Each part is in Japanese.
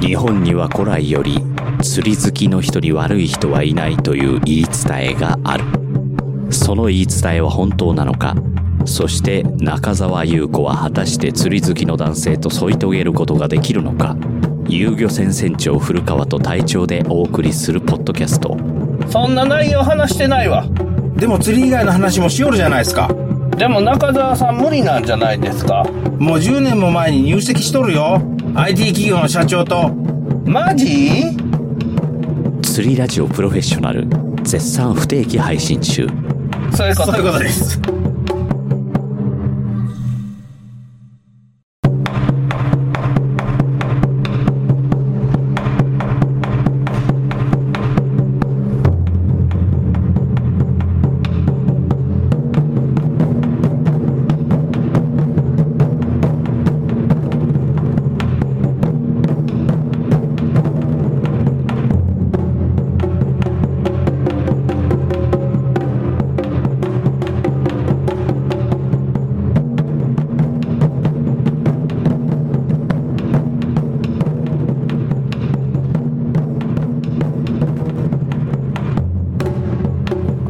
日本には古来より釣り好きの人に悪い人はいないという言い伝えがあるその言い伝えは本当なのかそして中澤優子は果たして釣り好きの男性と添い遂げることができるのか遊漁船船長古川と隊長でお送りするポッドキャストそんな内容話してないわでも釣り以外の話もしよるじゃないですかでも中澤さん無理なんじゃないですかもう10年も前に入籍しとるよ IT 企業の社長とマジ釣りラジオプロフェッショナル絶賛不定期配信中そういうこそういうことです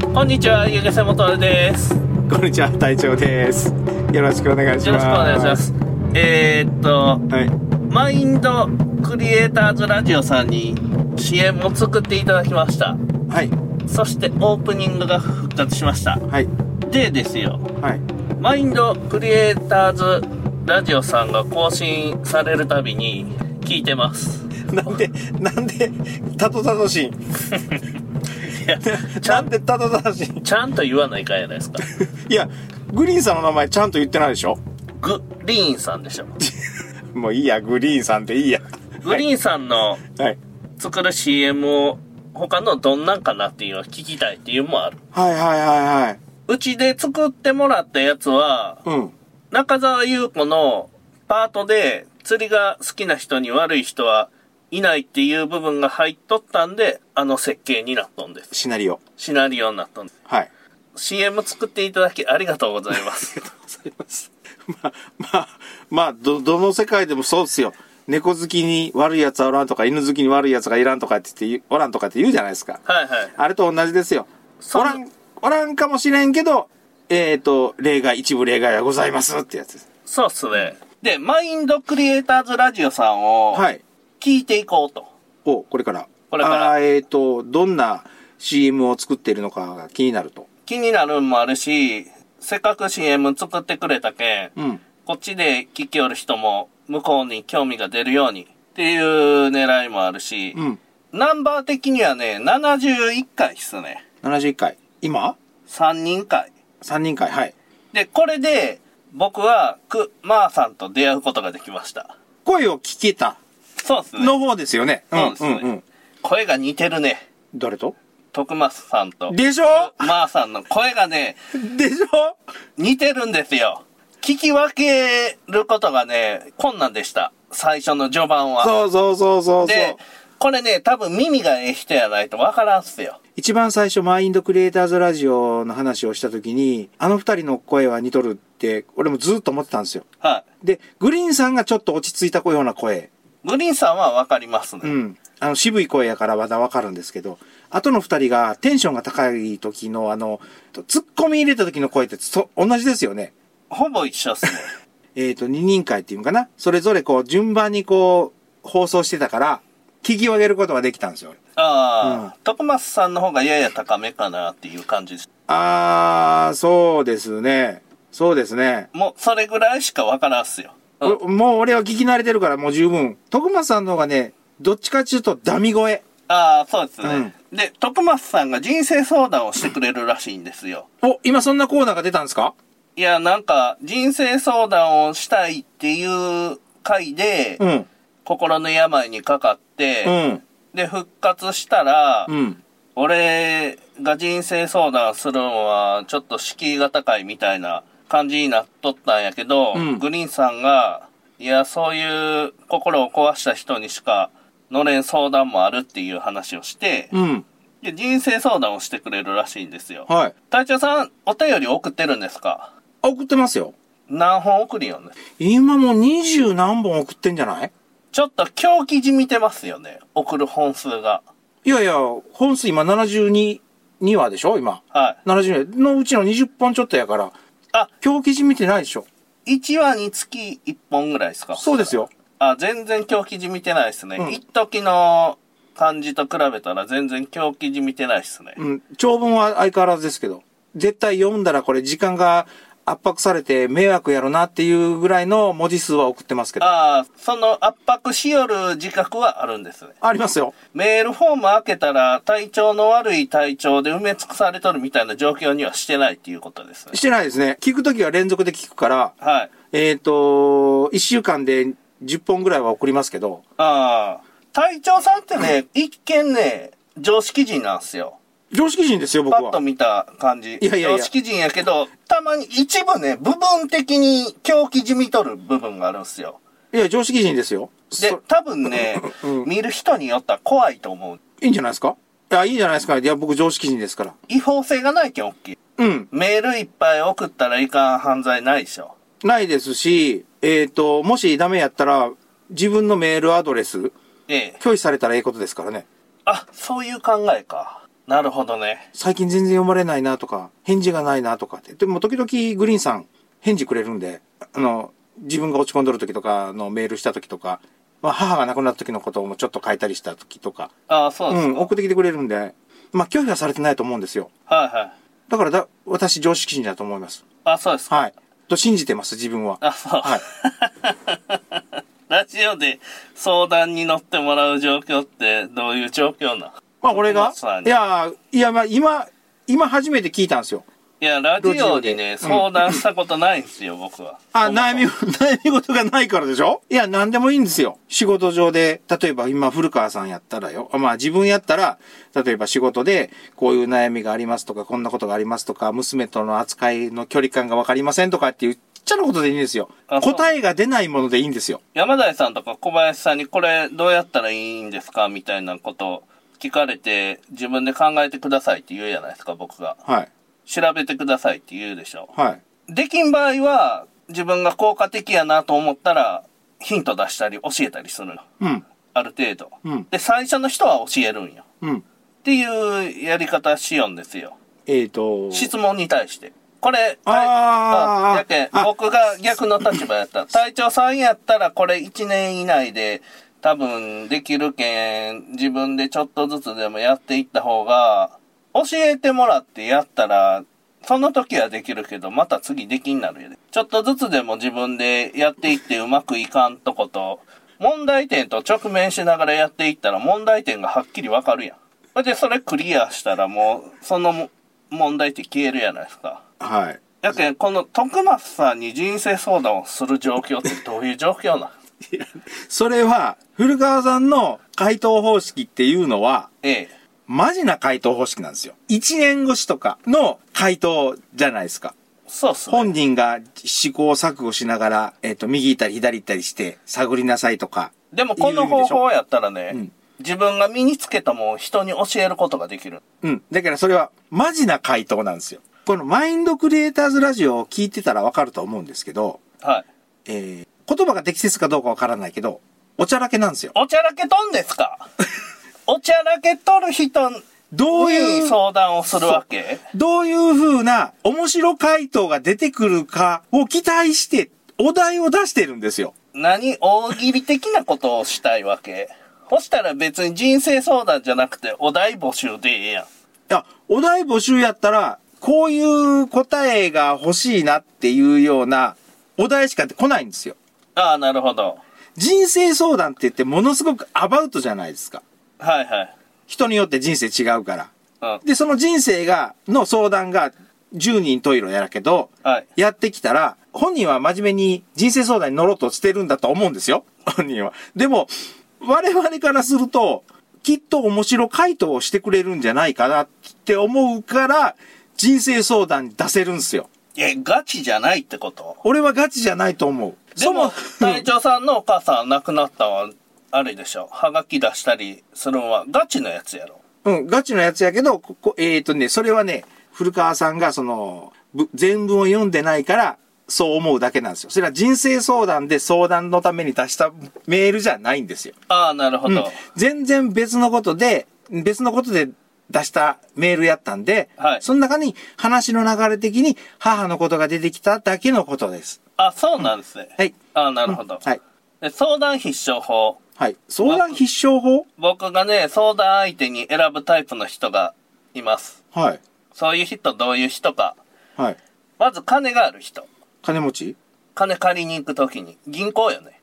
とこんにちはゆげせもとるですよこんにちは、隊長です。よろしくお願いします。ろしくお願いします。えー、っとはい。マインドクリエイターズラジオさんに支援も作っていただきましたはい。そしてオープニングが復活しましたはい。でですよはい。マインドクリエイターズラジオさんが更新されるたびに聞いてますなんで、なんで、たどたどしい。いやちゃなんんでたどたどしい。ちゃんと言わないかんやないですかいや、グリーンさんの名前ちゃんと言ってないでしょグリーンさんでしょもういいや、グリーンさんでいいや。グリーンさんのはい。作る CM を他のどんなんかなっていうのを聞きたいっていうのもある。はいはいはいはい。うちで作ってもらったやつは、うん。中澤優子のパートで釣りが好きな人に悪い人はいないっていう部分が入っとったんで、あの設計になっとんです。シナリオ。シナリオになっとんです。はい。 CM 作っていただきありがとうございます。 あります。まあ、まあ、まあ、ど、どの世界でもそうですよ。猫好きに悪い奴はおらんとか、犬好きに悪い奴がいらんとかって言って、おらんとかって言うじゃないですか。はいはい。あれと同じですよ。そおんらん、おらんかもしれんけど、えっ、と、例外、一部例外はございますってやつです。そうっすね。で、マインドクリエイターズラジオさんをはい。聞いていこうと。お、これから。これからあーえっ、と、どんな CM を作っているのかが気になると。気になるんもあるし、せっかく CM 作ってくれたけん、うん。こっちで聞きよる人も向こうに興味が出るようにっていう狙いもあるし、うん。ナンバー的にはね、71回っすね。 71回。今3人回。 ?3 人会。はい。で、これで僕はクマーさんと出会うことができました。声を聞けたそうですね。の方ですよね。そうですねんうんうん。声が似てるね。誰と徳松さんと。でしょマーさんの声がね、でしょ似てるんですよ。聞き分けることがね、困難でした。最初の序盤は。そうそうそうそうそでう。、これね、多分耳がええ人やないとわからんっすよ。一番最初、マインドクリエイターズラジオの話をした時に、あの二人の声は似とるって、俺もずっと思ってたんですよ。はで、グリーンさんがちょっと落ち着いたような声。い。グリーンさんはわかりますね。うん。あの、渋い声やからまだわかるんですけど、後の二人がテンションが高い時の、あの、ツッコミ入れた時の声ってそ、同じですよね。ほぼ一緒っす ね。えっ、と、二人会っていうのかな。それぞれこう、順番にこう、放送してたから、聞き分けることができたんですよ。ああ、う徳松さんの方がやや高めかなっていう感じです。あー、そうですね。そうですね。もう、それぐらいしかわからんっすよ。うん。おもう俺は聞き慣れてるからもう十分。徳松さんの方がね、どっちかっていうとダミ声。ああ、そうですね、で、徳松さんが人生相談をしてくれるらしいんですよ。お、今そんなコーナーが出たんですかいや、なんか、人生相談をしたいっていう回で、うん。心の病にかかって、うん。で、復活したら、うん。俺が人生相談するのはちょっと敷居が高いみたいな感じになっとったんやけど、うんグリーンさんがいやそういう心を壊した人にしか乗れん相談もあるっていう話をして、うん。で人生相談をしてくれるらしいんですよはい。隊長さんお便り送ってるんですかあ送ってますよ。何本送るよね今もう二十何本送ってんじゃないちょっと狂気じみてますよね。送る本数が。いやいや、本数今72、2話でしょ今。は72のうちの20本ちょっとやから、い。あ、狂気じみてないでしょ1話につき1本ぐらいですかそうですよ。あ、全然狂気じみてないですね。うん一時の感じと比べたら全然狂気じみてないですね。うん、長文は相変わらずですけど、絶対読んだらこれ時間が圧迫されて迷惑やろなっていうぐらいの文字数は送ってますけど。あああ、その圧迫しよる自覚はあるんですね。りますよ。メールフォーム開けたら体調の悪い体調で埋め尽くされとるみたいな状況にはしてないっていうことですねし。てないですね。聞くときは連続で聞くから、はい。えっ、と、1週間で10本ぐらいは送りますけど、ああ。隊長さんってね、一見ね、常識人なんですよ。常識人ですよ、僕パッとは。見た感じ。いやいやいや常識人やけど、たまに一部ね、部分的に狂気じみとる部分があるんですよ。いや、常識人ですよ。でそ、多分ね、 うん見る人によったら怖いと思う。いいんじゃないですかいや、いいんじゃないですか。いや、僕常識人ですから。違法性がないけん大きい。うん。メールいっぱい送ったらいかん犯罪ないでしょ。ないですし、えっ、と、もしダメやったら、自分のメールアドレス、ええ。拒否されたらええことですからね。あ、そういう考えか。なるほどね。最近全然読まれないなとか、返事がないなとかって。でも時々グリーンさん返事くれるんで、あの、自分が落ち込んどる時とか、あのメールした時とか、まあ母が亡くなった時のこともちょっと書いたりした時とか、ああ、そううですん、か。送ってきてくれるんで、まあ拒否はされてないと思うんですよ。はいはい。だからだ、私常識人だと思います。あ、そうですか。はい。と信じてます、自分は。あ、そう。はい。ラジオで相談に乗ってもらう状況ってどういう状況なんまあ 俺が松さん、いにやー、いや、まあ今、今初めて聞いたんですよ。いや、ラジオにね、ラジオでうん相談したことないんですよ、僕は。あ、そもそも悩み、 悩み事がないからでしょいや、何でもいいんですよ。仕事上で、例えば今、古川さんやったらよ。まあ自分やったら、例えば仕事で、こういう悩みがありますとか、こんなことがありますとか、娘との扱いの距離感がわかりませんとかっていう、ちっちゃなことでいいんですよ。あそう答えが出ないものでいいんですよ。山田さんとか小林さんにこれどうやったらいいんですかみたいなこと聞かれて、自分で考えてくださいって言うじゃないですか、僕が。はい。調べてくださいって言うでしょ。はい。できん場合は、自分が効果的やなと思ったら、ヒント出したり教えたりするの。うん。ある程度。うんで、最初の人は教えるんよ。うん。っていうやり方しよんですよ。えっ、ー、と、質問に対して。これ、あーああやけんあ僕が逆の立場やっ た。隊長さんやったら、これ1年以内で、多分できるけん、自分でちょっとずつでもやっていった方が、教えてもらってやったら、その時はできるけど、また次できんなるよね。ちょっとずつでも自分でやっていってうまくいかんとこと、問題点と直面しながらやっていったら問題点がはっきりわかるやん。それでそれクリアしたらもう、その問題って消えるやないですか。はい。やけん、この徳松さんに人生相談をする状況ってどういう状況なんそれは、古川さんの回答方式っていうのは、 ええ。マジな回答方式なんですよ。1年越しとかの回答じゃないですか。そうっすね。本人が試行錯誤しながら、えっ、と、右行ったり左行ったりして、探りなさいとか。でもこの方法やったらね、ん自分が身につけたもんを人に教えることができる。うん。だからそれは、マジな回答なんですよ。このマインドクリエイターズラジオを聞いてたらわかると思うんですけど、はい。えー、言葉が適切かどうかわからないけど、おちゃらけなんですよ。おちゃらけとんです かおちゃらけとる人にどういう、相談をするわけどういう風な面白回答が出てくるかを期待して、お題を出してるんですよ。何大喜利的なことをしたいわけそしたら別に人生相談じゃなくてお題募集でええやん。いや、お題募集やったら、こういう答えが欲しいなっていうようなお題しか来ないんですよ。ああ、なるほど。人生相談って言ってものすごくアバウトじゃないですか。はいはい。人によって人生違うから。うん。で、その人生が、の相談が10人トイレやらけど、はい。やってきたら、本人は真面目に人生相談に乗ろうとしてるんだと思うんですよ。本人は。でも、我々からすると、きっと面白回答をしてくれるんじゃないかなって思うから、人生相談に出せるんですよ。いや、ガチじゃないってこと俺はガチじゃないと思う。でも、そも隊長さんのお母さん亡くなったんは、あれでしょ。はがき出したりするんは、ガチのやつやろ。うん、ガチのやつやけど、ここえっ、とね、それはね、古川さんがその、ぶ全文を読んでないから、そう思うだけなんですよ。それは人生相談で相談のために出したメールじゃないんですよ。ああ、なるほうんど。、全然別のことで、別のことで出したメールやったんで、はいその中に話の流れ的に母のことが出てきただけのことです。あ、そうなんですね。はい。ああ、なるほど。はい。で相談必勝法。はい。相談必勝法僕がね、相談相手に選ぶタイプの人がいます。はい。そういう人どういう人か。はい。まず金がある人。金持ち金借りに行くときに。銀行よね。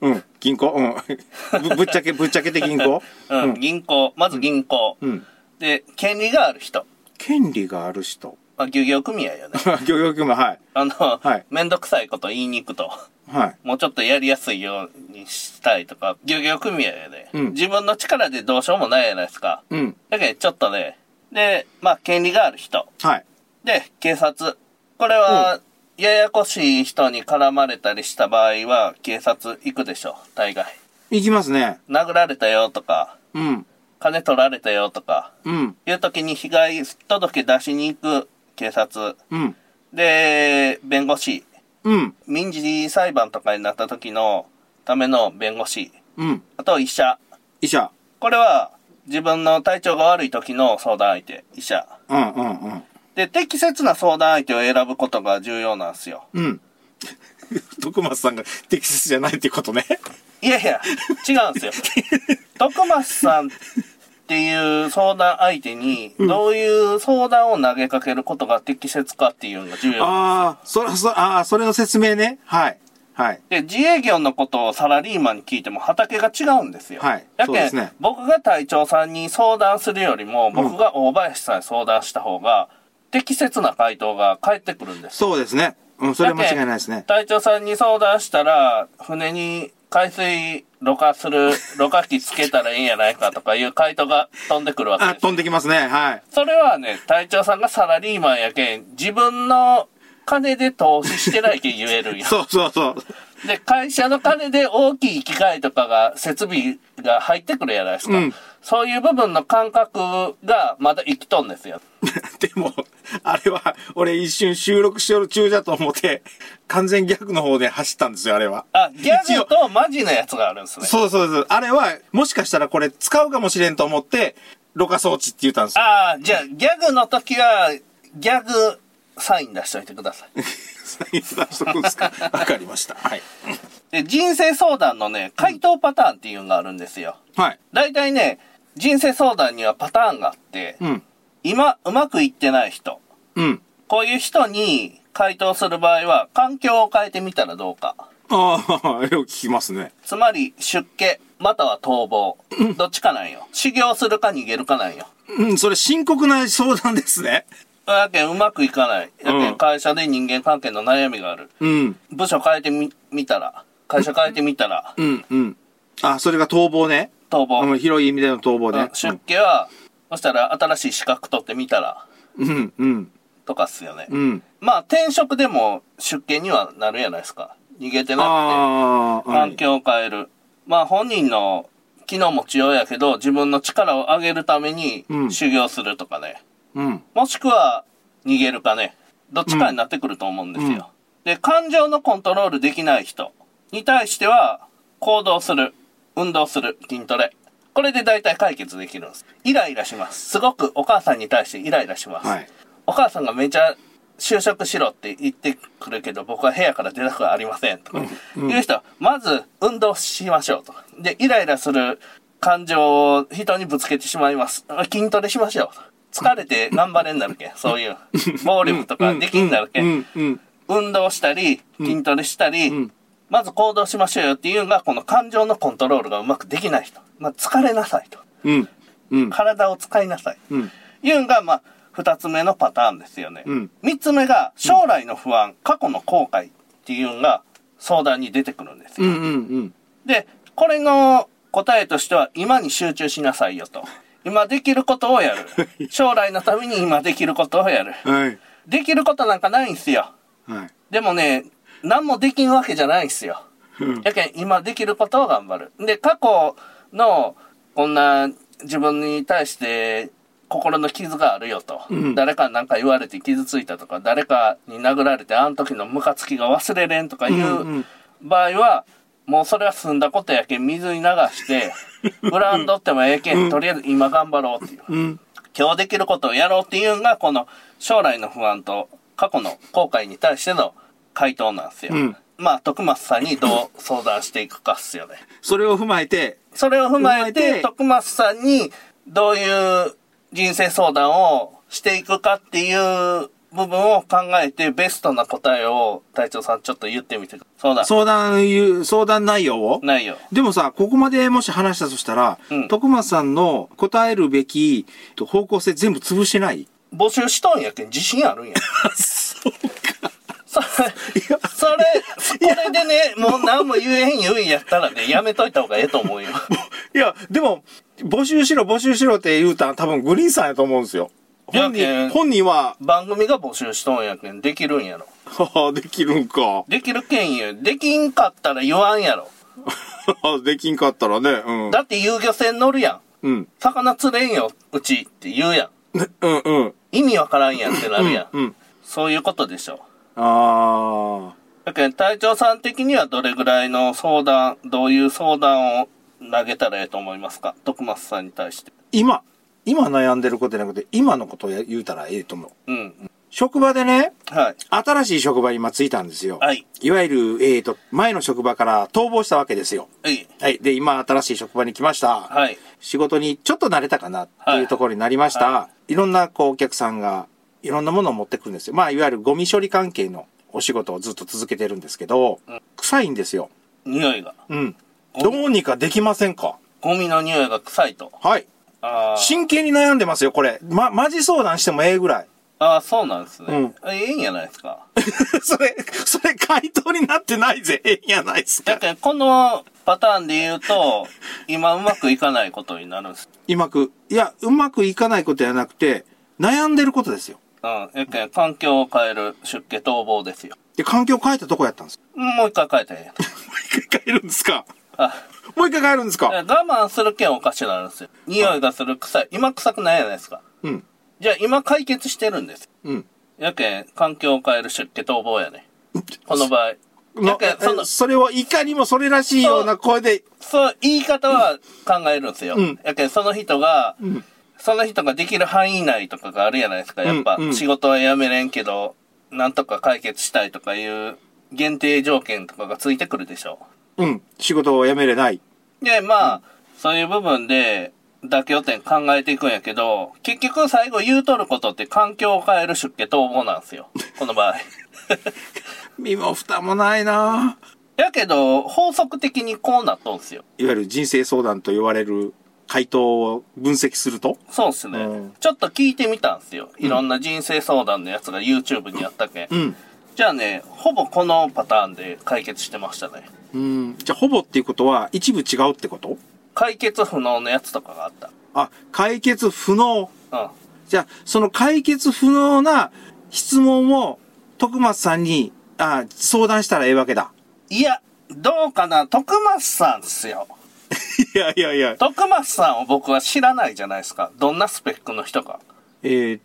うん。銀行うん。ぶぶっちゃけ、ぶっちゃけて銀行 うん、銀行。まず銀行。うん。で、権利がある人。権利がある人。 まあ、漁業組合よね。漁業組合、はい。あの、はいめんどくさいこと言いに行くと。 はい。もうちょっとやりやすいようにしたいとか、漁業組合やね、うん自分の力でどうしようもないじゃないですか。うん。だけどちょっとね、で、まあ、権利がある人。はい。で、警察。これは、ややこしい人に絡まれたりした場合は、警察行くでしょ、大概。いきますね。殴られたよとか、うん。金取られたよとか、うん。いう時に被害届出しに行く警察。うん。で、弁護士。うん。民事裁判とかになった時のための弁護士。うん。あと医者。医者。これは自分の体調が悪い時の相談相手、医者。うんうんうん。で、適切な相談相手を選ぶことが重要なんですよ。うん。徳松さんが適切じゃないっていうことね。いやいや、違うんですよ。徳松さんっていう相談相手に、どういう相談を投げかけることが適切かっていうのが重要。 ああ、それ、そ、ああ、それの説明ね。はい。はい。で、自営業のことをサラリーマンに聞いても畑が違うんですよ。はいだそけうですね僕が隊長さんに相談するよりも、僕が大林さんに相談した方が、適切な回答が返ってくるんです。そうですね。うん、それは間違いないですね。隊長さんに相談したら、船に海水ろ過する、ろ過器つけたらいいんやないかとかいう回答が飛んでくるわけあ、です。飛んできますね。はい。それはね、隊長さんがサラリーマンやけん、自分の金で投資してないけん言えるんや。そうそうそう。 で、会社の金で大きい機械とかが、設備が入ってくるじゃないですか。うんそういう部分の感覚がまだ生きとんですよ。でも、あれは、俺一瞬収録しよる中だと思って、完全逆の方で走ったんですよ、あれは。あ、ギャ一グ応とマジなやつがあるんですね。そうそうそう。あれは、もしかしたらこれ使うかもしれんと思って、ろ過装置って言ったんですよ。ああ、じゃあ、ギャグの時は、ギャグサイン出しといてください。 出しとくんですか。わかりました。はい。で、人生相談のね、回答パターンっていうのがあるんですよ。はい。大体ね、人生相談にはパターンがあって、うん。今、うまくいってない人。うん。こういう人に回答する場合は、環境を変えてみたらどうか。ああ、よく聞きますね。つまり出家または逃亡どっちかなんよ修行するか逃げるかなんようん、それ深刻な相談ですね。やけんうまくいかないやけうんん会社で人間関係の悩みがある、うん。部署変えてみみたら会社変えてみたらうん、うん。あ、それが逃亡ね。逃亡、うん、広い意味での逃亡うねん。出家はそしたら新しい資格取ってみたらうん、うん、とかっすよね、うん。まあ転職でも出家にはなるやないですか逃げてなくああ、ては環い境を変える、まあ本人の機能も強いやけど自分の力を上げるためにうん修行するとかね、うん、もしくは逃げるかね。どっちかになってくると思うんですよ。で、感情のコントロールできない人に対しては、行動する、運動する、筋トレ。これで大体解決できるんです。イライラします。すごくお母さんに対してイライラします。はい。お母さんがめちゃ就職しろって言ってくるけど、僕は部屋から出たくはありませんとか、いう人は、まず運動しましょうとか。で、イライラする感情を人にぶつけてしまいます。あ筋トレしましょうと。疲れて頑張れんなるけん。そういう、暴力とかできんなるけ。うんん、うん。運動したり、筋トレしたり、まず行動しましょうよっていうのが、この感情のコントロールがうまくできない人。まあ、疲れなさいと。うん、うん、体を使いなさい。うん。いうのが、まあ、二つ目のパターンですよね。うん三つ目が、将来の不安、過去の後悔っていうのが相談に出てくるんですうよ。ん、うん、うん。で、これの答えとしては、今に集中しなさいよと。今できること をやる。将来のために今できることをやる。はい。できることなんかないんすよ。はい。でもね、何もできんわけじゃないんすよ。うんやけん、今できることを頑張る。で、過去の、こんな自分に対して心の傷があるよと、誰かに何か言われて傷ついたとか誰かに殴られてあの時のムカつきが忘れれんとかいうう場合は、もうそれは済んだことやけん水に流 してブランドってもええけん、とりあえず今頑張ろうっていう、今日できることをやろうっていうのがこの将来の不安と過去の後悔に対しての回答なんですよ、まあ徳松さんにどう相談していくかっすよねそれを踏まえて、それを踏まえ踏まえてて、徳松さんにどういう人生相談をしていくかっていう部分を考えて、ベストな答えを隊長さんちょっと言ってみてください。そうだ。相談いう、相談内容をないよ。でもさ、ここまでもし話したとしたら、うん徳松さんの答えるべき方向性全部潰してない募集しとんやけん、自信あるん や。そうか。それ、それ、これでね、もう何も言えへん言うんやったらね、やめといた方がええと思 うよ。いや、でも、募集しろ、募集しろって言うたら多分グリーンさんやと思うんですよ。本いやけ人、ん本人は、 番組が募集しとんやけん、できるんやろ。ははできるんか。 できるけん言う。できんかったら言わんやろ。できんかったらね、うん。だって遊漁船乗るやん。うん。魚釣れんよ、うちって言うやん。ねうんうん。意味わからんやんってなるやん。うん。そういうことでしょ。あだけど、隊長さん的にはどれぐらいの相談、どういう相談を投げたらええと思いますか徳松さんに対してー。今、今悩んでることじゃなくて、今のことをや言うたらええと思う。うん。職場でね、はい。新しい職場に今着いたんですよ。はい。いわゆる、えーと、前の職場から逃亡したわけですよ。はい。はい。で、今新しい職場に来ました。はい。仕事にちょっと慣れたかなっていうところになりました。、はいろんなこうお客さんがいろんなものを持ってくるんですよ。まあいわゆるゴミ処理関係のお仕事をずっと続けてるんですけど、臭いんですよ。匂いが。うん。どうにかできませんかゴミの匂いが臭いと。はい。あー真剣に悩んでますよ、これ。ま、マジ相談してもええぐらい。 あー、そうなんですね。うんええんじゃないですか。それ、それ回答になってないぜ。ええんやないっすだか。けど、このパターンで言うと、今うまくいかないことになるんです。うまく、いや、うまくいかないことじゃなくて、悩んでることですよ。うん。やけん環境を変える出家逃亡ですよ。で、環境変えたとこやったんですよ。もう一回変えたらええやん。もう一回変えるんですかあもう一回変えるんですかだから我慢するけんおかしなるんですよ。匂いがする臭い。今臭くないじゃないですか。うん。じゃあ今解決してるんです。うん。やけん、環境を変える出家逃亡やね。この場合。やのけん、そのえ、それをいかにもそれらしいような声で、そう言い方は考えるんですよ。うんやけん、その人が、その人ができる範囲内とかがあるじゃないですか。やっぱ、うんうん仕事は辞めれんけど、なんとか解決したいとかいう限定条件とかがついてくるでしょうん、仕事を辞めれない。で、まあ、そういう部分で、妥協点考えていくんやけど、結局最後言うとることって環境を変える出家逃亡なんですよ。この場 合。身も蓋もないなぁやけど、法則的にこうなっとんすよ。いわゆる人生相談と言われる回答を分析すると、そうっすね。うんちょっと聞いてみたんすよ。いろんな人生相談のやつが YouTube にあったけん。ん。じゃあね、ほぼこのパターンで解決してましたね。うん。じゃあ、ほぼっていうことは一部違うってこと解決不能のやつとかがあっあ、解決不能。た。うん。じゃあ、その解決不能な質問を徳松さんに、あ、相談したらええわけだ。いや、どうかな、徳松さんっすよ。いやいやいや。徳松さんを僕は知らないじゃないですか。どんなスペックの人か。えーっ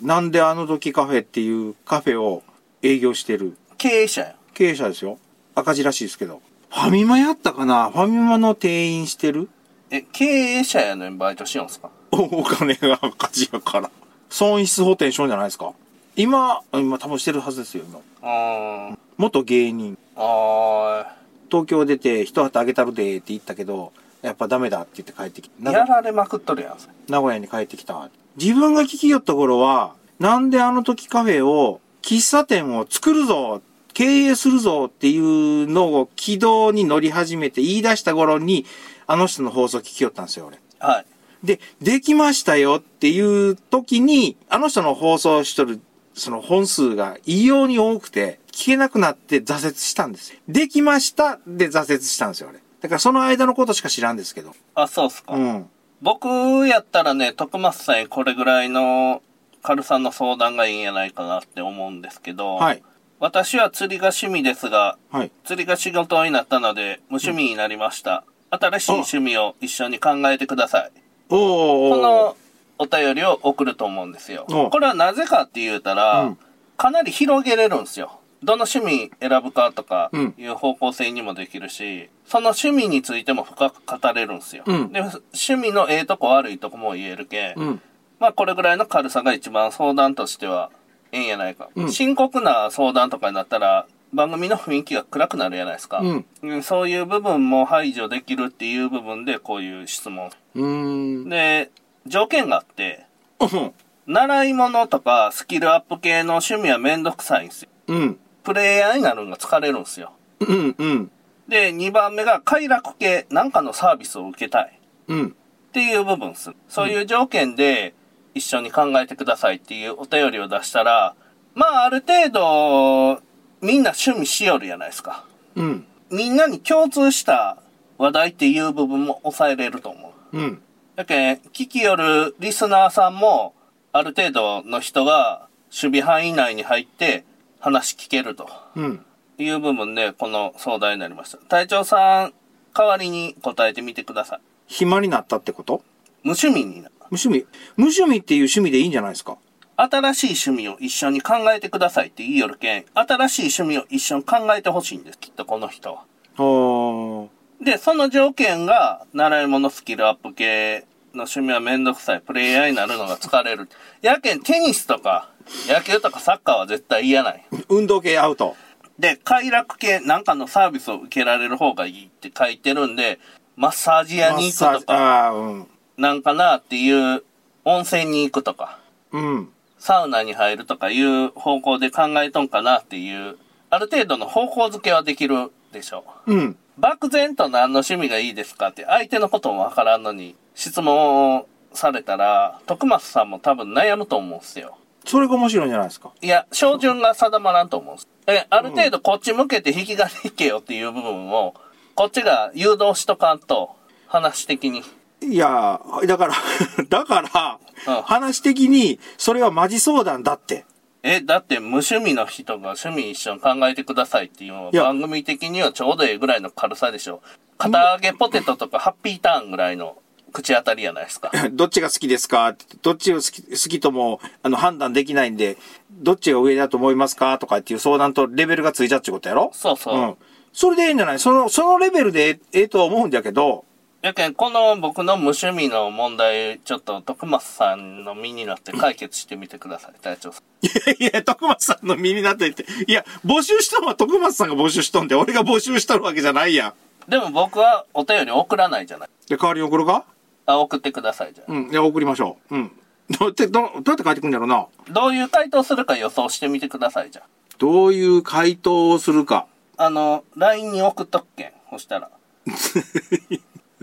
と、なんであの時カフェっていうカフェを営業してる経営者や。経営者ですよ。赤字らしいですけど。ファミマやったかなファミマの店員してる え、経営者やのにバイトしようんすかおお金が赤字やから。損失補填しようじゃないですか。今、今多分してるはずですよ、う今。ーん。元芸人。あ東京出て一旗あげたるでって言ったけど、やっぱダメだって言って帰ってきー。名や古られまくっとるやん。名古屋に帰ってきた。自分が聞きよった頃は、なんであの時カフェを、喫茶店を作るぞ経営するぞっていうのを軌道に乗り始めて言い出した頃に、あの人の放送聞きよったんですよ、俺。はい。で、できましたよっていう時に、あの人の放送しとる、その本数が異様に多くて、聞けなくなって挫折したんですよ。できましたで挫折したんですよ、あれ。だからその間のことしか知らんですけど。あ、そうっすか。うん。僕やったらね、徳松さんにこれぐらいの軽さの相談がいいんやないかなって思うんですけど、はい。私は釣りが趣味ですが、はい。釣りが仕事になったので、無趣味になりました。新しい趣味を一緒に考えてください。おーおーこおーのお便りを送ると思うんですよ。おこれはなぜかって言うたら、うんかなり広げれるんですよ。どの趣味選ぶかとかうんいう方向性にもできるし、その趣味についても深く語れるんですよ。うんで、趣味のええとこ悪いとこも言えるけ、うん。まあこれぐらいの軽さが一番相談としてはええんやないか、うん深刻な相談とかになったら番組の雰囲気が暗くなるやないですか、うんうんそういう部分も排除できるっていう部分でこういう質問うーん。で条件があってうん習い物とかスキルアップ系の趣味はめんどくさいんですようん。プレイヤーになるのが疲れるんですようん。うん。で2番目が快楽系なんかのサービスを受けたいうん。っていう部分っす。そういう条件で一緒に考えてくださいっていうお便りを出したら、まあある程度みんな趣味しよるやないですか。うん。みんなに共通した話題っていう部分も抑えれると思う。うん。だけん聞きよるリスナーさんもある程度の人が守備範囲内に入って話聞けるとうん。いう部分でこの相談になりました。隊長さん代わりに答えてみてください。暇になったってこと無趣味になる。無趣味無趣味っていう趣味でいいんじゃないですか新しい趣味を一緒に考えてくださいって言いよるけん、新しい趣味を一緒に考えてほしいんです、きっとこの人は。あー。で、その条件が、習い物スキルアップ系の趣味はめんどくさい、プレイヤーになるのが疲れる。やけん、テニスとか、野球とかサッカーは絶対嫌ない。運動系アウト。で、快楽系なんかのサービスを受けられる方がいいって書いてるんで、マッサージ屋に行くとか、ああー、なんかなっていう、温泉に行くとか。うん。うん。サウナに入るとかいう方向で考えとんかなっていう、ある程度の方向づけはできるでしょうん。う。漠然と何の趣味がいいですかって相手のこともわからんのに質問をされたら、徳松さんも多分悩むと思うんすよ。それが面白いんじゃないですかいや、照準が定まらんと思うんす。え、ある程度こっち向けて引き金引けよっていう部分を、こっちが誘導しとかんと、話的に。いやー、だから、 だから、うん話的に、それはマジ相談だって。え、だって無趣味の人が趣味一緒に考えてくださいっていうのはいや番組的にはちょうどええぐらいの軽さでしょ。片揚げポテトとかハッピーターンぐらいの口当たりやないですか。 どっちが好きですかってどっちを好き、好きとも、あの、判断できないんで、どっちが上だと思いますかとかっていう相談とレベルがついちゃうってことやろそうそう。ん。それでいいんじゃないその、そのレベルでえええとは思うんだけど、 やけん、この僕の無趣味の問題、ちょっと徳松さんの身になって解決してみてください、隊長さん。いやいや、徳松さんの身になってって。いや、募集したのは徳松さんが募集しとんで、俺が募集したわけじゃないやん。でも僕はお便り送らないじゃない。で、代わりに送るかあ、送ってくださいじゃない。うん。いや、送りましょう。うん。どうやって、どうどうやって帰ってくんだろうな。どういう回答するか予想してみてくださいじゃん。どういう回答をするか。あの、LINE に送っとくけん。そしたら。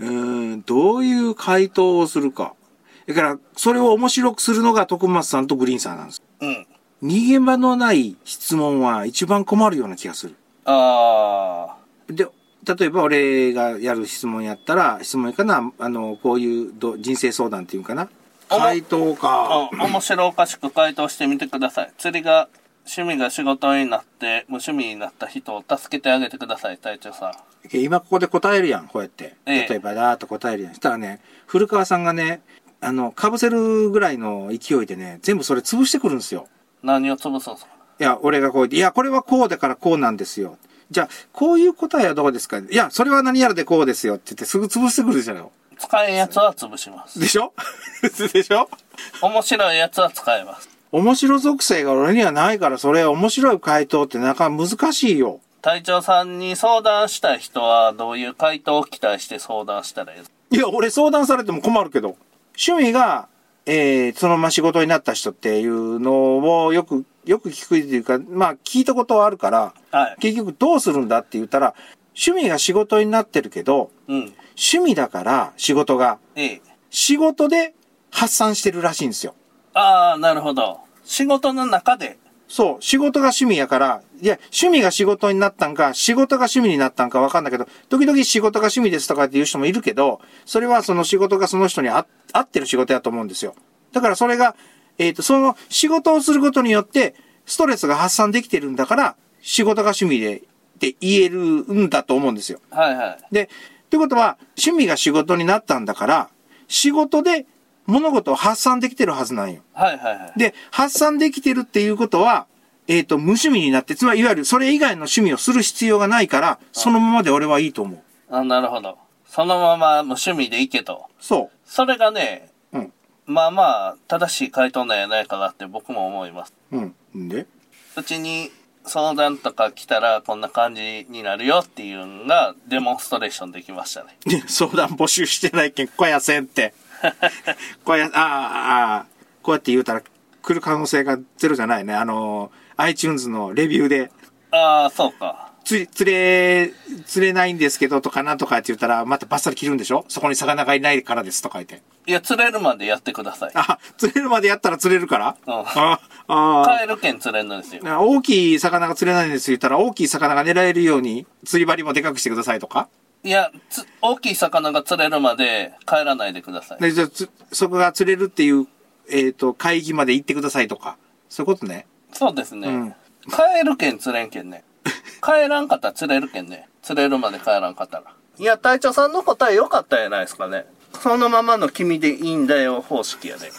うーん、どういう回答をするか。だから、それを面白くするのが徳松さんとグリーンさんなんです。うん。逃げ場のない質問は一番困るような気がする。あで、例えば俺がやる質問やったら、質問かな、あの、こういうど人生相談っていうんかな。あ回答か。うん面白おかしく回答してみてください。釣りが趣味が仕事になって無趣味になった人を助けてあげてください、隊長さん。今ここで答えるやん、こうやって。ええ例えばだーっと答えるやん。したらね、古川さんがね、あの、被せるぐらいの勢いでね、全部それ潰してくるんですよ。何を潰すんですかいや、俺がこう言って、いや、これはこうだからこうなんですよ。じゃあ、こういう答えはどうですかいや、それは何やらでこうですよって言ってすぐ潰してくるじゃない使えんやつは潰します。でしょ でしょ面白いやつは使えます。面白属性が俺にはないから、それ面白い回答ってなかなか難しいよ。隊長さんに相談したい人はどういう回答を期待して相談したらいいですかいや、俺相談されても困るけど。趣味が、えー、そのまま仕事になった人っていうのをよく、よく聞くっていうか、まあ聞いたことはあるから、はい結局どうするんだって言ったら、趣味が仕事になってるけど、うん。趣味だから仕事が、ええ。仕事で発散してるらしいんですよ。ああ、なるほど。仕事の中で。そう、仕事が趣味やから、いや、趣味が仕事になったんか、仕事が趣味になったんかわかんないけど、時々仕事が趣味ですとかっていう人もいるけど、それはその仕事がその人にあ合ってる仕事やと思うんですよ。だからそれが、えっ、と、その仕事をすることによって、ストレスが発散できてるんだから、仕事が趣味で、って言えるんだと思うんですよ。はいはい。で、ということは、趣味が仕事になったんだから、仕事で物事を発散できてるはずなんよ。はいはいはい。で、発散できてるっていうことは、えっ、と、無趣味になって、つまりいわゆるそれ以外の趣味をする必要がないから、そのままで俺はいいと思う。あ、なるほど。そのまま無趣味でいけと。そそれがね、う。うん。まあまあ、正しい回答なんやないかなって僕も思います。うん。んで うちに相談とか来たらこんな感じになるよっていうのがデモンストレーションできましたね。で相談募集してないけん、小屋せんって。小屋、ああ、ああ、こうやって言うたら来る可能性がゼロじゃないね。あの、iTunes のレビューで、ああ、そうか。つ、釣れ、釣れないんですけどとかなんとかって言ったら、またバッサリ切るんでしょそこに魚がいないからですとか言って。いや、釣れるまでやってください。あ、釣れるまでやったら釣れるからうんあ、あカエル券釣れるんですよ。あ大きい魚が釣れないんです言ったら、大きい魚が狙えるように、釣り針もでかくしてくださいとか。いや、つ大きい魚が釣れるまで帰らないでください。で、じゃあつそこが釣れるっていう、えっ、と、会議まで行ってくださいとか。そういうことね。そうですね。うん帰るけん釣れんけんね。帰らんかったら釣れるけんね。釣れるまで帰らんかったら。いや、隊長さんの答え良かったんやないですかね。そのままの君でいいんだよ方式やね。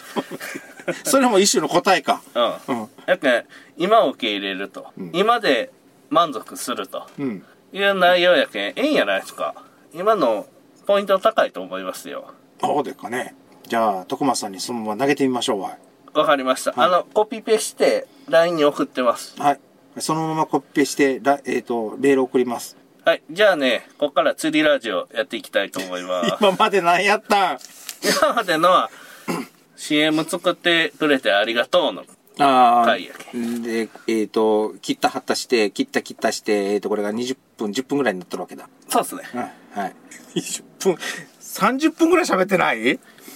それも一種の答えか。ううんん。やけん、今を受け入れると。今で満足すると。うん。いう内容やけん、ええんやないですか。今のポイント高いと思いますよ。そうでっかね。じゃあ、徳松さんにそのまま投げてみましょうわ。わかりました。あの、コピペして、LINE に送ってます。はい。そのままコピペして、らえっ、と、レール送ります。はい。じゃあね、ここから釣りラジオやっていきたいと思います。今まで何やったん今までのは CM 作ってくれてありがとうの。ああ回や。で、えっ、と、切ったはったして、切った切ったして、えっ、と、これが20分、10分ぐらいになってるわけだ。そうですね。うん、はい。20分、30分ぐらい喋ってない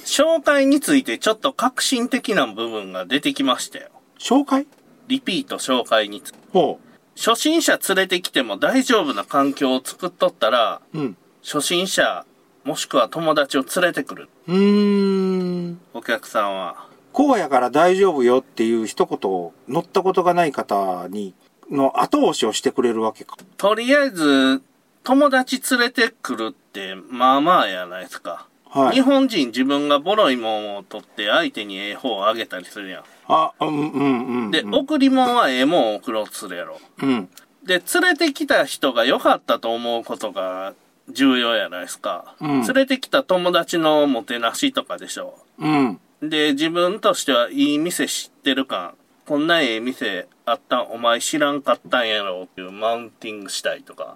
紹介についてちょっと革新的な部分が出てきましたよ。紹介リピート紹介につほ初心者連れてきても大丈夫な環境を作っとったら、う。うん。初心者もしくは友達を連れてくる。うーん。お客さんは。荒野から大丈夫よっていう一言を乗ったことがない方に、の後押しをしてくれるわけか。とりあえず、友達連れてくるって、まあまあやないですか。はい日本人自分がボロいもんを取って相手にええ方をあげたりするやん。あ、うん、うん、うん。で、うん、贈り物はええもんを送ろうとするやろ。うん。で、連れてきた人が良かったと思うことが重要やないですか。うん連れてきた友達のもてなしとかでしょうん。で、自分としてはいい店知ってる感。こんなええ店あったんお前知らんかったんやろっていうマウンティングしたいとか。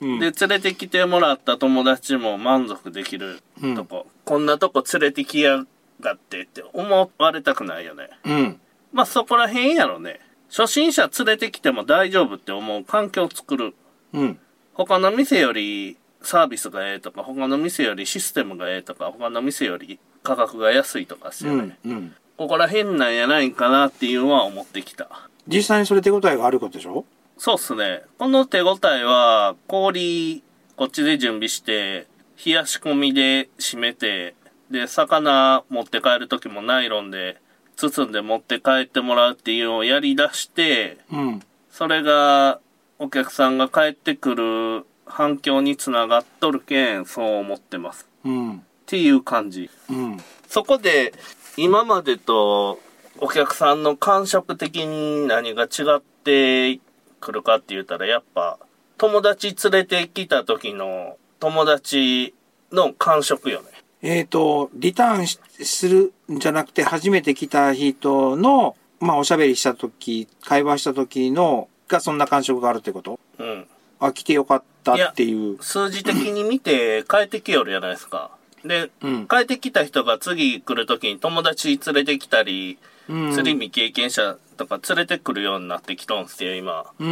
で、連れてきてもらった友達も満足できるとこ。こんなとこ連れてきやがってって思われたくないよね。うん。まあそこら辺やろね。初心者連れてきても大丈夫って思う環境を作る。うん。他の店よりサービスがええとか、他の店よりシステムがええとか、他の店より価格が安いとかっすうよね。ん。うん。ここら辺なんやないかなっていうのは思ってきた。実際にそれ手応えがあることでしょそうっすね。この手応えは、氷、こっちで準備して、冷やし込みで締めて、で、魚持って帰る時もナイロンで包んで持って帰ってもらうっていうのをやり出して、うん。それがお客さんが帰ってくる反響につながっとるけん、そう思ってます。うん。っていう感じ。うん。そこで、今までとお客さんの感触的に何が違ってくるかって言ったら、やっぱ、友達連れてきた時の友達の感触よね。えっ、と、リターンしするんじゃなくて、初めて来た人の、まあ、おしゃべりした時、会話した時の、がそんな感触があるってことうん。あ、来てよかったっていう。数字的に見て帰ってきよるじゃないですか。で、うん帰ってきた人が次来る時に友達連れてきたり、うん釣り未経験者とか連れてくるようになってきとんすよ、今。うー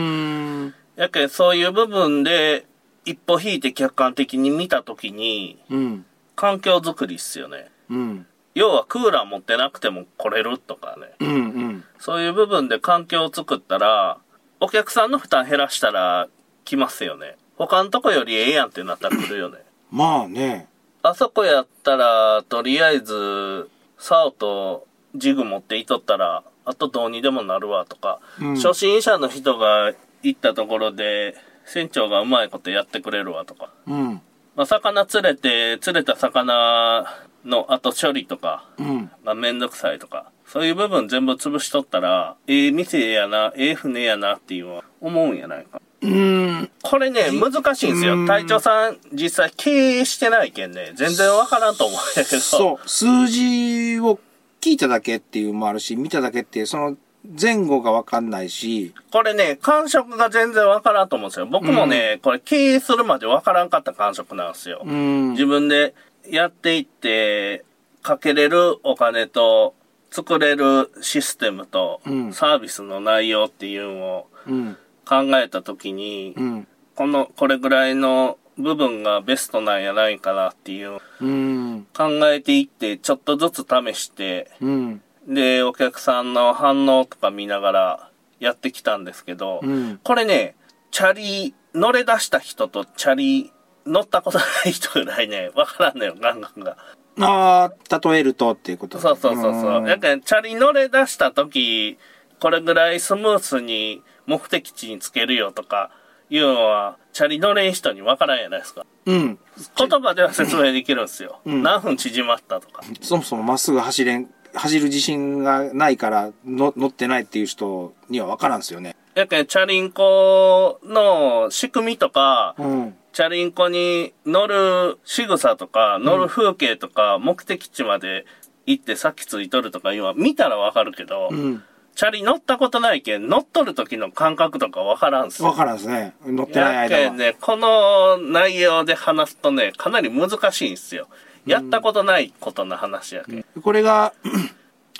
ん。やけんそういう部分で一歩引いて客観的に見た時にうん。環境づくりっすよねうん。要はクーラー持ってなくても来れるとかねうん。うん。そういう部分で環境を作ったらお客さんの負担減らしたら来ますよね他のとこよりええやんってなったら来るよねまあね。あそこやったらとりあえず竿とジグ持っていとったらあとどうにでもなるわとか、うん初心者の人が行ったところで船長がうまいことやってくれるわとかうん。まあ、魚釣れて、釣れた魚の後処理とかうん。がめんどくさいとか、そういう部分全部潰しとったら、ええ店やな、ええ船やなっていうのは思うんやないか。うん。これね、難しいんですうよ。ん隊長さん、実際経営してないけんね、全然わからんと思うんやけど。そう。数字を聞いただけっていうのもあるし、見ただけっていう、その前後がわかんないし、これね、感触が全然わからんと思うんですよ。僕もね、これ経営するまでわからんかった感触なんですよ。うん。自分でやっていって、かけれるお金と、作れるシステムとうん、サービスの内容っていうのをうん。考えたときに、うん。この、これぐらいの部分がベストなんやないかなっていう、うん。考えていって、ちょっとずつ試して、うん。で、お客さんの反応とか見ながらやってきたんですけど、うんこれね、チャリ、乗れ出した人とチャリ、乗ったことない人ぐらいね、 わからんのよ、感覚が。ああ、例えるとっていうことそうそうそうそう。んだから、チャリ乗れ出した時、これぐらいスムースに目的地につけるよとか、いうのは、チャリ乗れん人にわからんやないですか。うん。言葉では説明できるんですよ。ん何分縮まったとか。そもそもまっすぐ走れん、走る自信がないからの乗ってないっていう人には分からんすよね。やけん、チャリンコの仕組みとか、うん。チャリンコに乗る仕草とか、乗る風景とか、目的地まで行ってさっきついとるとか今見たらわかるけど、うん。チャリ乗ったことないけん、乗っとる時の感覚とかわからんすよ分からんすね。乗ってないや間けは。んね、この内容で話すとね、かなり難しいんすよ。やったことないことの話やけん。これが、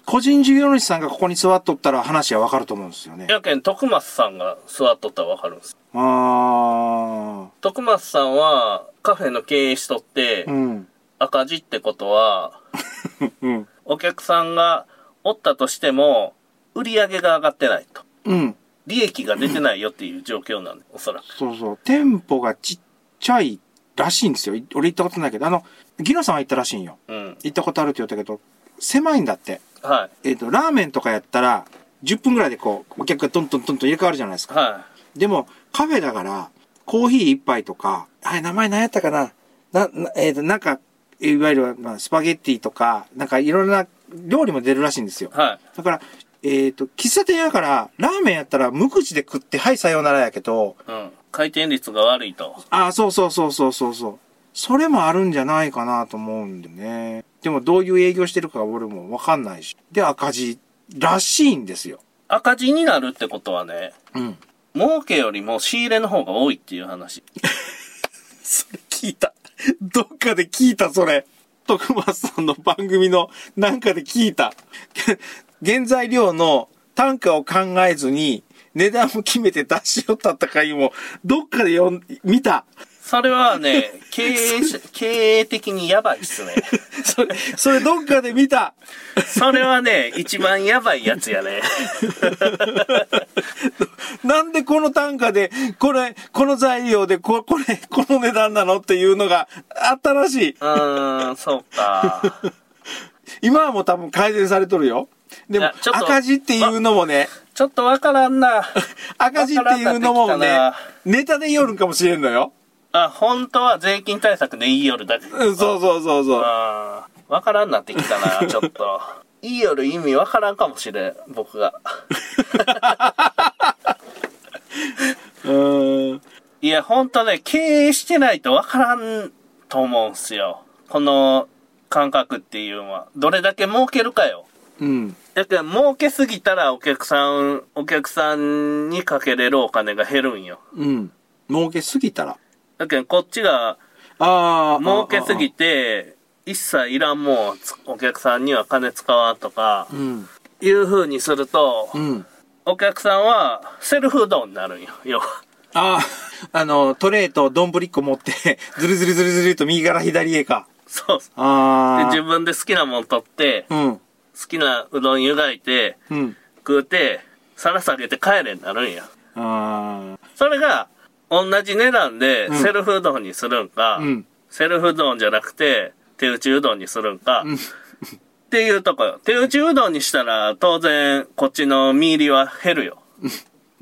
個人事業主さんがここに座っとったら話は分かると思うんですよね。やけん、徳松さんが座っとったらわかるんす。あ徳松さんは、カフェの経営しとって、あ。うん。赤字ってことは、うん。お客さんがおったとしても、売り上げが上がってないと。うん。利益が出てないよっていう状況なんで、おそらく。そうそう。店舗がちっちゃいらしいんですよ。い俺行ったことないけど、あの、ギノさんは行ったらしいんよ。うん。行ったことあるって言ったけど、狭いんだって。はえっ、と、ラーメンとかやったら、10分ぐらいでこう、お客がどんどんどんどん入れ替わるじゃないですい。か。はでも、カフェだから、コーヒー一杯とか、あれ、名前何やったかなな、なえっ、と、なんか、いわゆる、まあ、スパゲッティとか、なんかいろんな料理も出るらしいんですよい。。はい。だから、えっ、と、喫茶店やから、ラーメンやったら無口で食って、はい、さようならやけど、うん。回転率が悪いと。ああ、そうそうそうそうそうそう。それもあるんじゃないかなと思うんでね。でも、どういう営業してるかは俺もわかんないし。で、赤字らしいんですよ。赤字になるってことはね、うん。儲けよりも仕入れの方が多いっていう話。それ聞いた。どっかで聞いた、それ。徳松さんの番組のなんかで聞いた。原材料の単価を考えずに、値段を決めて出しよった戦いも、どっかで読ん、見た。それは ね、経営し、経営的にやばいっすね。それ、 それどっかで見た。それはね、一番やばいやつや ね。なんでこの単価で、これ、この材料で、こ、これ、この値段なのっていうのがあったらしい。うーん、そうか。今はもう多分改善されとるよ。でいもやちょ、っと赤字っていうのもね、ちょっとわからんな。赤字っていうのもわかねらんなってきたな、ネタで言おるんかもしれんのよ。あ、本当は税金対策で言いよるだけ。うん、そうそうそうそう。あーわからんなってきた な、ちょっと。いいよる意味わからんかもしれん、僕が。うーん。いや、ほんとね、経営してないとわからんと思うんすよ。この感覚っていうのは。どれだけ儲けるかよ。うん。だから儲けすぎたらお客さん、お客さんにかけれるお金が減るんよ。うん。儲けすぎたら。だけどこっちがああ。儲けすぎて、一切いらんもんはつお客さんには金使わんとかああ。、うん。いう風にすると、うん。お客さんはセルフうどんになるんよ。要は。ああ。あの、トレーと丼っこ持って、ずるずるずるずると右から左へか。そう。でああ。自分で好きなもん取って、好うん。きなうどん湯がいて、うん。食うて、皿下げて帰れになるんや。あそれが、同じ値段でんセルフうどんにするんか、あ。うん。セルフうどんじゃなくて、手打ちうどんにするんか、っていうとこよ。手打ちうどんにしたら、当然、こっちの身入りは減るよ。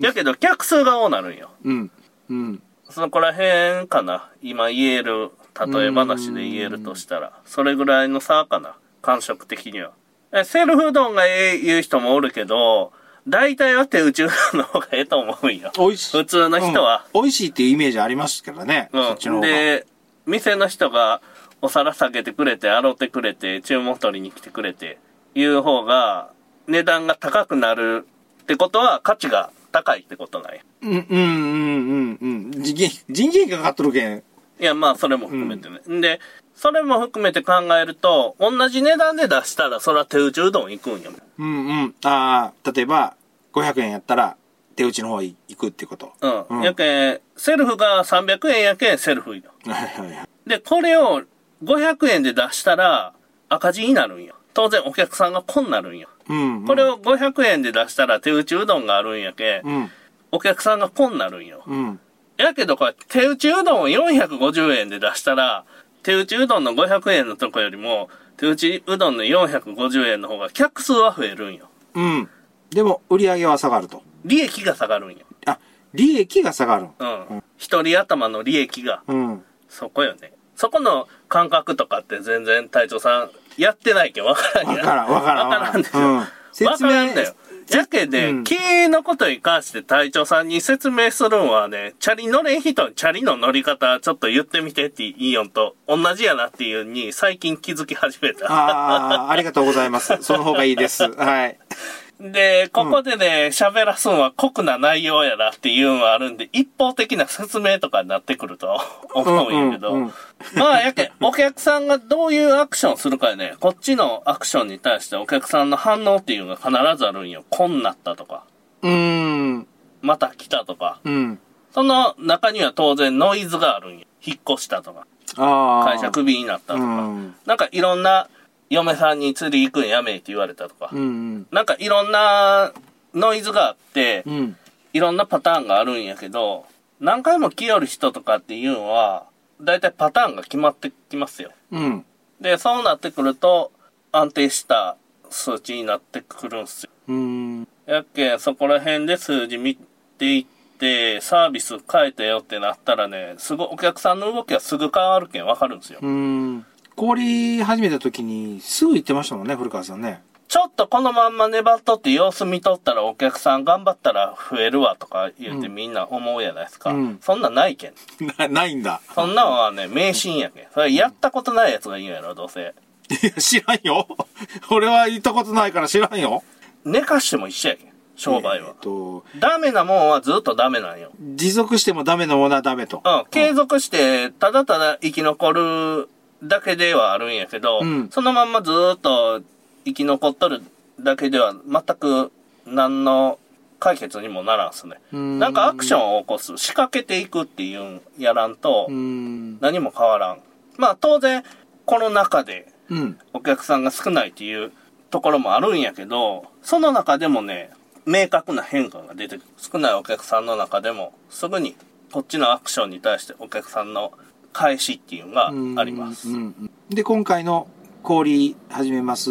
やけど、客数が多なるんよ。うん。うん。そこら辺かな。今言える例え話で言えるとしたらそれぐらいの差かな感触的にはえセルフうどんがええ言う人もおるけど大体は手打ちうどんの方がええと思うんよ美味しい。普通の人は、うん美味しいっていうイメージありますからね。そっちのうん、方が。で店の人がお皿下げてくれて洗ってくれて注文取りに来てくれていう方が値段が高くなるってことは価値が高いってことなんやうん、うん、うん、うん、うん。人件費、人件費がかかっとるけん。いやまあそれも含めてね、でそれも含めて考えると同じ値段で出したらそら手打ちうどん行くんようん、うん。ああ、例えば、500円やったら、手打ちの方へ行くってこと。うん、うんやけんセルフが300円やけんセルフよはいはいはい。でこれを500円で出したら赤字になるんよ当然お客さんがこんなるんようん、うん。これを500円で出したら手打ちうどんがあるんやけ、うん、お客さんがこんなるんよ。うん。やけどこれ手打ちうどんを450円で出したら、手打ちうどんの500円のとこよりも、手打ちうどんの450円の方が客数は増えるんよ。うん。でも、売り上げは下がると。利益が下がるんよ。あ、利益が下がる。うん。一人頭の利益が、うん。そこよね。そこの感覚とかって全然隊長さんやってないけんわからんわやからん、わからん。わからんでしょ。うんわ説か明らんだよ。やけで、うん経営のことに関して隊長さんに説明するんはね、チャリ乗れん人にチャリの乗り方ちょっと言ってみてっていいよんと同じやなっていうに最近気づき始めた。ああ、ありがとうございます。その方がいいです。はい。で、ここでね、喋、らすんは酷な内容やなっていうのはあるんで、一方的な説明とかになってくる と思うんやけど、うんうんうんまあ、やけん、お客さんがどういうアクションするかやね、こっちのアクションに対してお客さんの反応っていうのが必ずあるんよ。こんなったとか、うーん。また来たとか、うん。その中には当然ノイズがあるんよ。引っ越したとか、ああ。会社クビになったとうか、ん。なんかいろんな嫁さんに釣り行くんやめえって言われたとかう、ん。なんかいろんなノイズがあって、うん。いろんなパターンがあるんやけど、何回も来よる人とかっていうのは、だいたいパターンが決まってきますよ。うん。で、そうなってくると、安定した数値になってくるんすよ。うん。やっけん、そこら辺で数字見ていって、サービス変えてよってなったらね、すぐお客さんの動きはすぐ変わるけんわかるんですよ。うん。氷始めた時に、すぐ行ってましたもんね、古川さんね。ちょっとこのまんま粘っとって様子見とったらお客さん頑張ったら増えるわとか言うてみんな思うやないですか。うんそんなんないけん。な、ないんだ。そんなんはね、迷信やけん。それやったことないやつが言うんやろ、どうせ。いや、知らんよ。俺は行ったことないから知らんよ。寝かしても一緒やけん、商売えーはっ。と、ダメなもんはずっとダメなんよ。持続してもダメなものはダメと。うん、継続して、ただただ生き残るだけではあるんやけど、うんそのまんまずーっと生き残っとるだけでは全く何の解決にもならんっすね。うんなんかアクションを起こす、仕掛けていくっていうんやらんとう、ん。何も変わらん。まあ当然、この中でうん。お客さんが少ないっていうところもあるんやけど、その中でもね、明確な変化が出てくる。少ないお客さんの中でも、すぐにこっちのアクションに対してお客さんの返しっていうのがあります。うんうんうんで今回の氷始めます、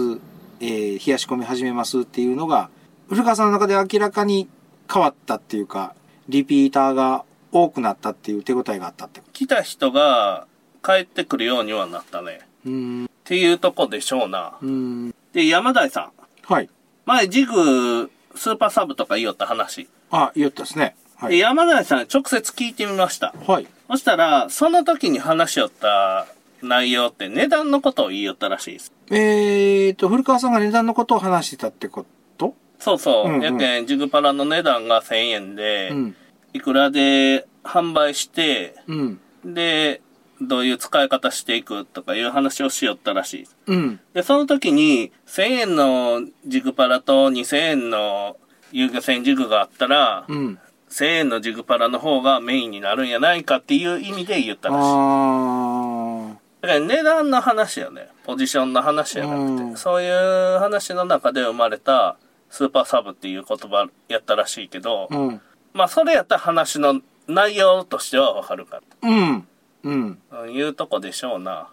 えー冷やし込み始めますっていうのが古川さんの中で明らかに変わったっていうかリピーターが多くなったっていう手応えがあったってこ来た人が帰ってくるようにはなったね。とうんっていうとこでしょうな。うんで、山台さん。はい前、ジグ、スーパーサブとか言おった話。あ言ったですねはで、い、山台さん直接聞いてみました。はい、そしたら、その時に話しよった内容って値段のことを言いよったらしいです。えー、と古川さんが値段のことを話してたってことそうそう。うんうんやけん、ジグパラの値段が1000円で、うんいくらで販売して、うんで、どういう使い方していくとかいう話をしよったらしいです。うんで、その時に、1000円のジグパラと2000円の遊漁船ジグがあったら、うん1000円のジグパラの方がメインになるんやないかっていう意味で言ったらしい。あだから値段の話やね。ポジションの話やなくて、うんそういう話の中で生まれたスーパーサブっていう言葉やったらしいけど、ーうんまあそれやったら話の内容としてはわかるかうんうんら、うんいうとこでしょうな。